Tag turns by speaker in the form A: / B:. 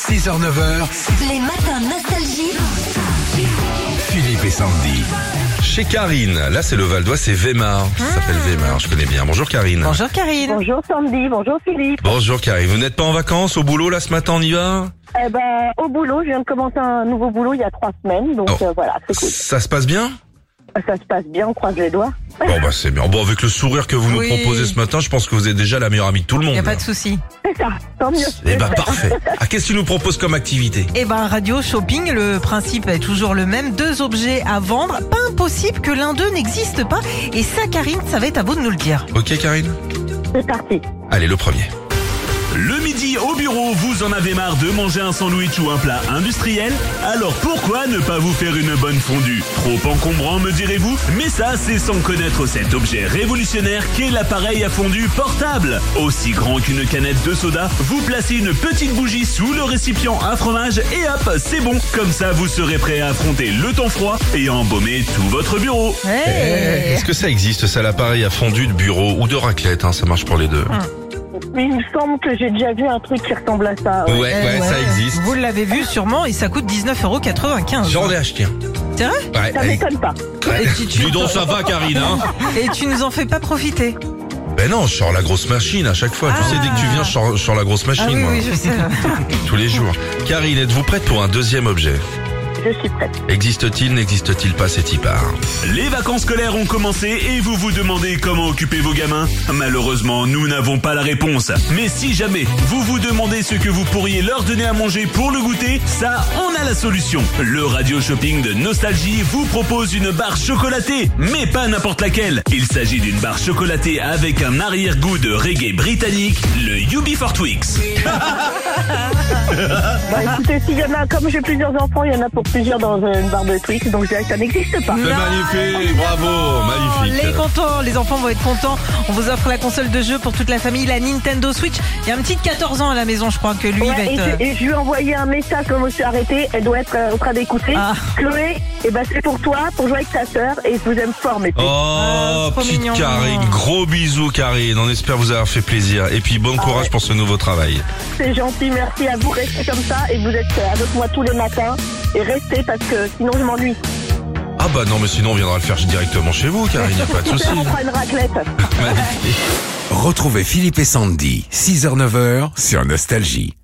A: 6h-9h,
B: Les matins nostalgie.
A: Philippe et Sandy.
C: Chez Karine, là c'est le Val d'Oise, c'est Weimar. Ça s'appelle Weimar, je connais bien. Bonjour Karine.
D: Ah. Bonjour Karine.
E: Bonjour Sandy, bonjour Philippe.
C: Bonjour Karine, vous n'êtes pas en vacances au boulot là ce matin, on y va
E: Eh ben, au boulot, je viens de commencer un nouveau boulot il y a trois semaines, donc
C: Oh.
E: euh, voilà, c'est cool.
C: Ça se passe bien
E: Ça se passe bien, on croise les doigts.
C: Bon bah c'est bien. Bon avec le sourire que vous
D: Oui.
C: nous proposez ce matin, je pense que vous êtes déjà la meilleure amie de tout le
D: Il
C: monde.
D: a pas
C: là.
D: de souci.
E: C'est ça, tant mieux.
C: Eh bah parfait. Ah qu'est-ce qu'il nous propose comme activité
D: Eh ben, radio shopping, le principe est toujours le même. Deux objets à vendre. Pas impossible que l'un d'eux n'existe pas. Et ça, Karine, ça va être à vous de nous le dire.
C: Ok Karine
E: C'est parti.
C: Allez le premier.
F: Le midi au bureau, vous en avez marre de manger un sandwich ou un plat industriel Alors pourquoi ne pas vous faire une bonne fondue Trop encombrant me direz-vous Mais ça c'est sans connaître cet objet révolutionnaire qu'est l'appareil à fondue portable Aussi grand qu'une canette de soda, vous placez une petite bougie sous le récipient à fromage et hop, c'est bon Comme ça vous serez prêt à affronter le temps froid et à embaumer tout votre bureau
D: Eh. Hey.
C: Eh, Est-ce que ça existe ça l'appareil à fondu de bureau ou de raclette hein, Ça marche pour les deux.
D: Ah.
E: Il me semble que j'ai déjà vu un truc qui ressemble à ça. ouais.
C: ouais,
D: Eh ouais.
C: ça existe.
D: Vous l'avez vu sûrement et ça coûte 19,95
C: J'en
D: euros.
C: ai acheté un.
D: C'est vrai
C: Ouais,
E: Ça
C: allez.
E: m'étonne pas.
C: Ouais.
D: Et tu- tu-
C: Dis donc ça va Karine hein
D: Et tu nous en fais pas profiter.
C: Ben non, je sors la grosse machine à chaque fois. Tu
D: Ah.
C: sais, dès que tu viens, je sors, je sors la grosse machine,
D: Ah oui,
C: moi,
D: oui, je sais.
C: tous les jours. Karine, êtes-vous prête pour un deuxième objet
E: Je suis prête.
C: Existe-t-il, n'existe-t-il pas, c'est y part.
F: Les vacances scolaires ont commencé et vous vous demandez comment occuper vos gamins Malheureusement, nous n'avons pas la réponse. Mais si jamais vous vous demandez ce que vous pourriez leur donner à manger pour le goûter, ça, on a la solution. Le radio shopping de Nostalgie vous propose une barre chocolatée, mais pas n'importe laquelle. Il s'agit d'une barre chocolatée avec un arrière-goût de reggae britannique, le UB for Twix.
E: Bah écoutez, s'il y en a, comme j'ai plusieurs enfants, il y en a pour plusieurs dans euh, une barre de Twix, donc je dirais que ça n'existe pas.
C: C'est magnifique, bravo,
D: Oh, Les
C: magnifique.
D: contents, les enfants vont être contents. On vous offre la console de jeu pour toute la famille, la Nintendo Switch. Il y a un petit de 14 ans à la maison, je crois que lui va
E: Ouais, et,
D: être. euh,
E: je, et je lui ai envoyé un message quand je me suis arrêtée. Elle doit être euh, en train d'écouter.
D: Ah.
E: Chloé, eh ben c'est pour toi, pour jouer avec ta sœur, et je vous aime fort, mais
C: Oh,
D: Ah, c'est trop
C: petite
D: mignon.
C: Karine, gros bisous Karine, on espère vous avoir fait plaisir. Et puis bon
D: Ah
C: courage pour ce nouveau travail.
E: C'est gentil, merci à vous. Restez comme ça et vous êtes euh, avec moi tous les matins. Et restez parce que sinon je m'ennuie.
C: Ah bah non, mais sinon on viendra le faire directement chez vous Karine, Ah, y a pas de souci.
E: On prend une raclette.
C: Magnifique.
A: Retrouvez Philippe et Sandy, 6h-9h, sur Nostalgie.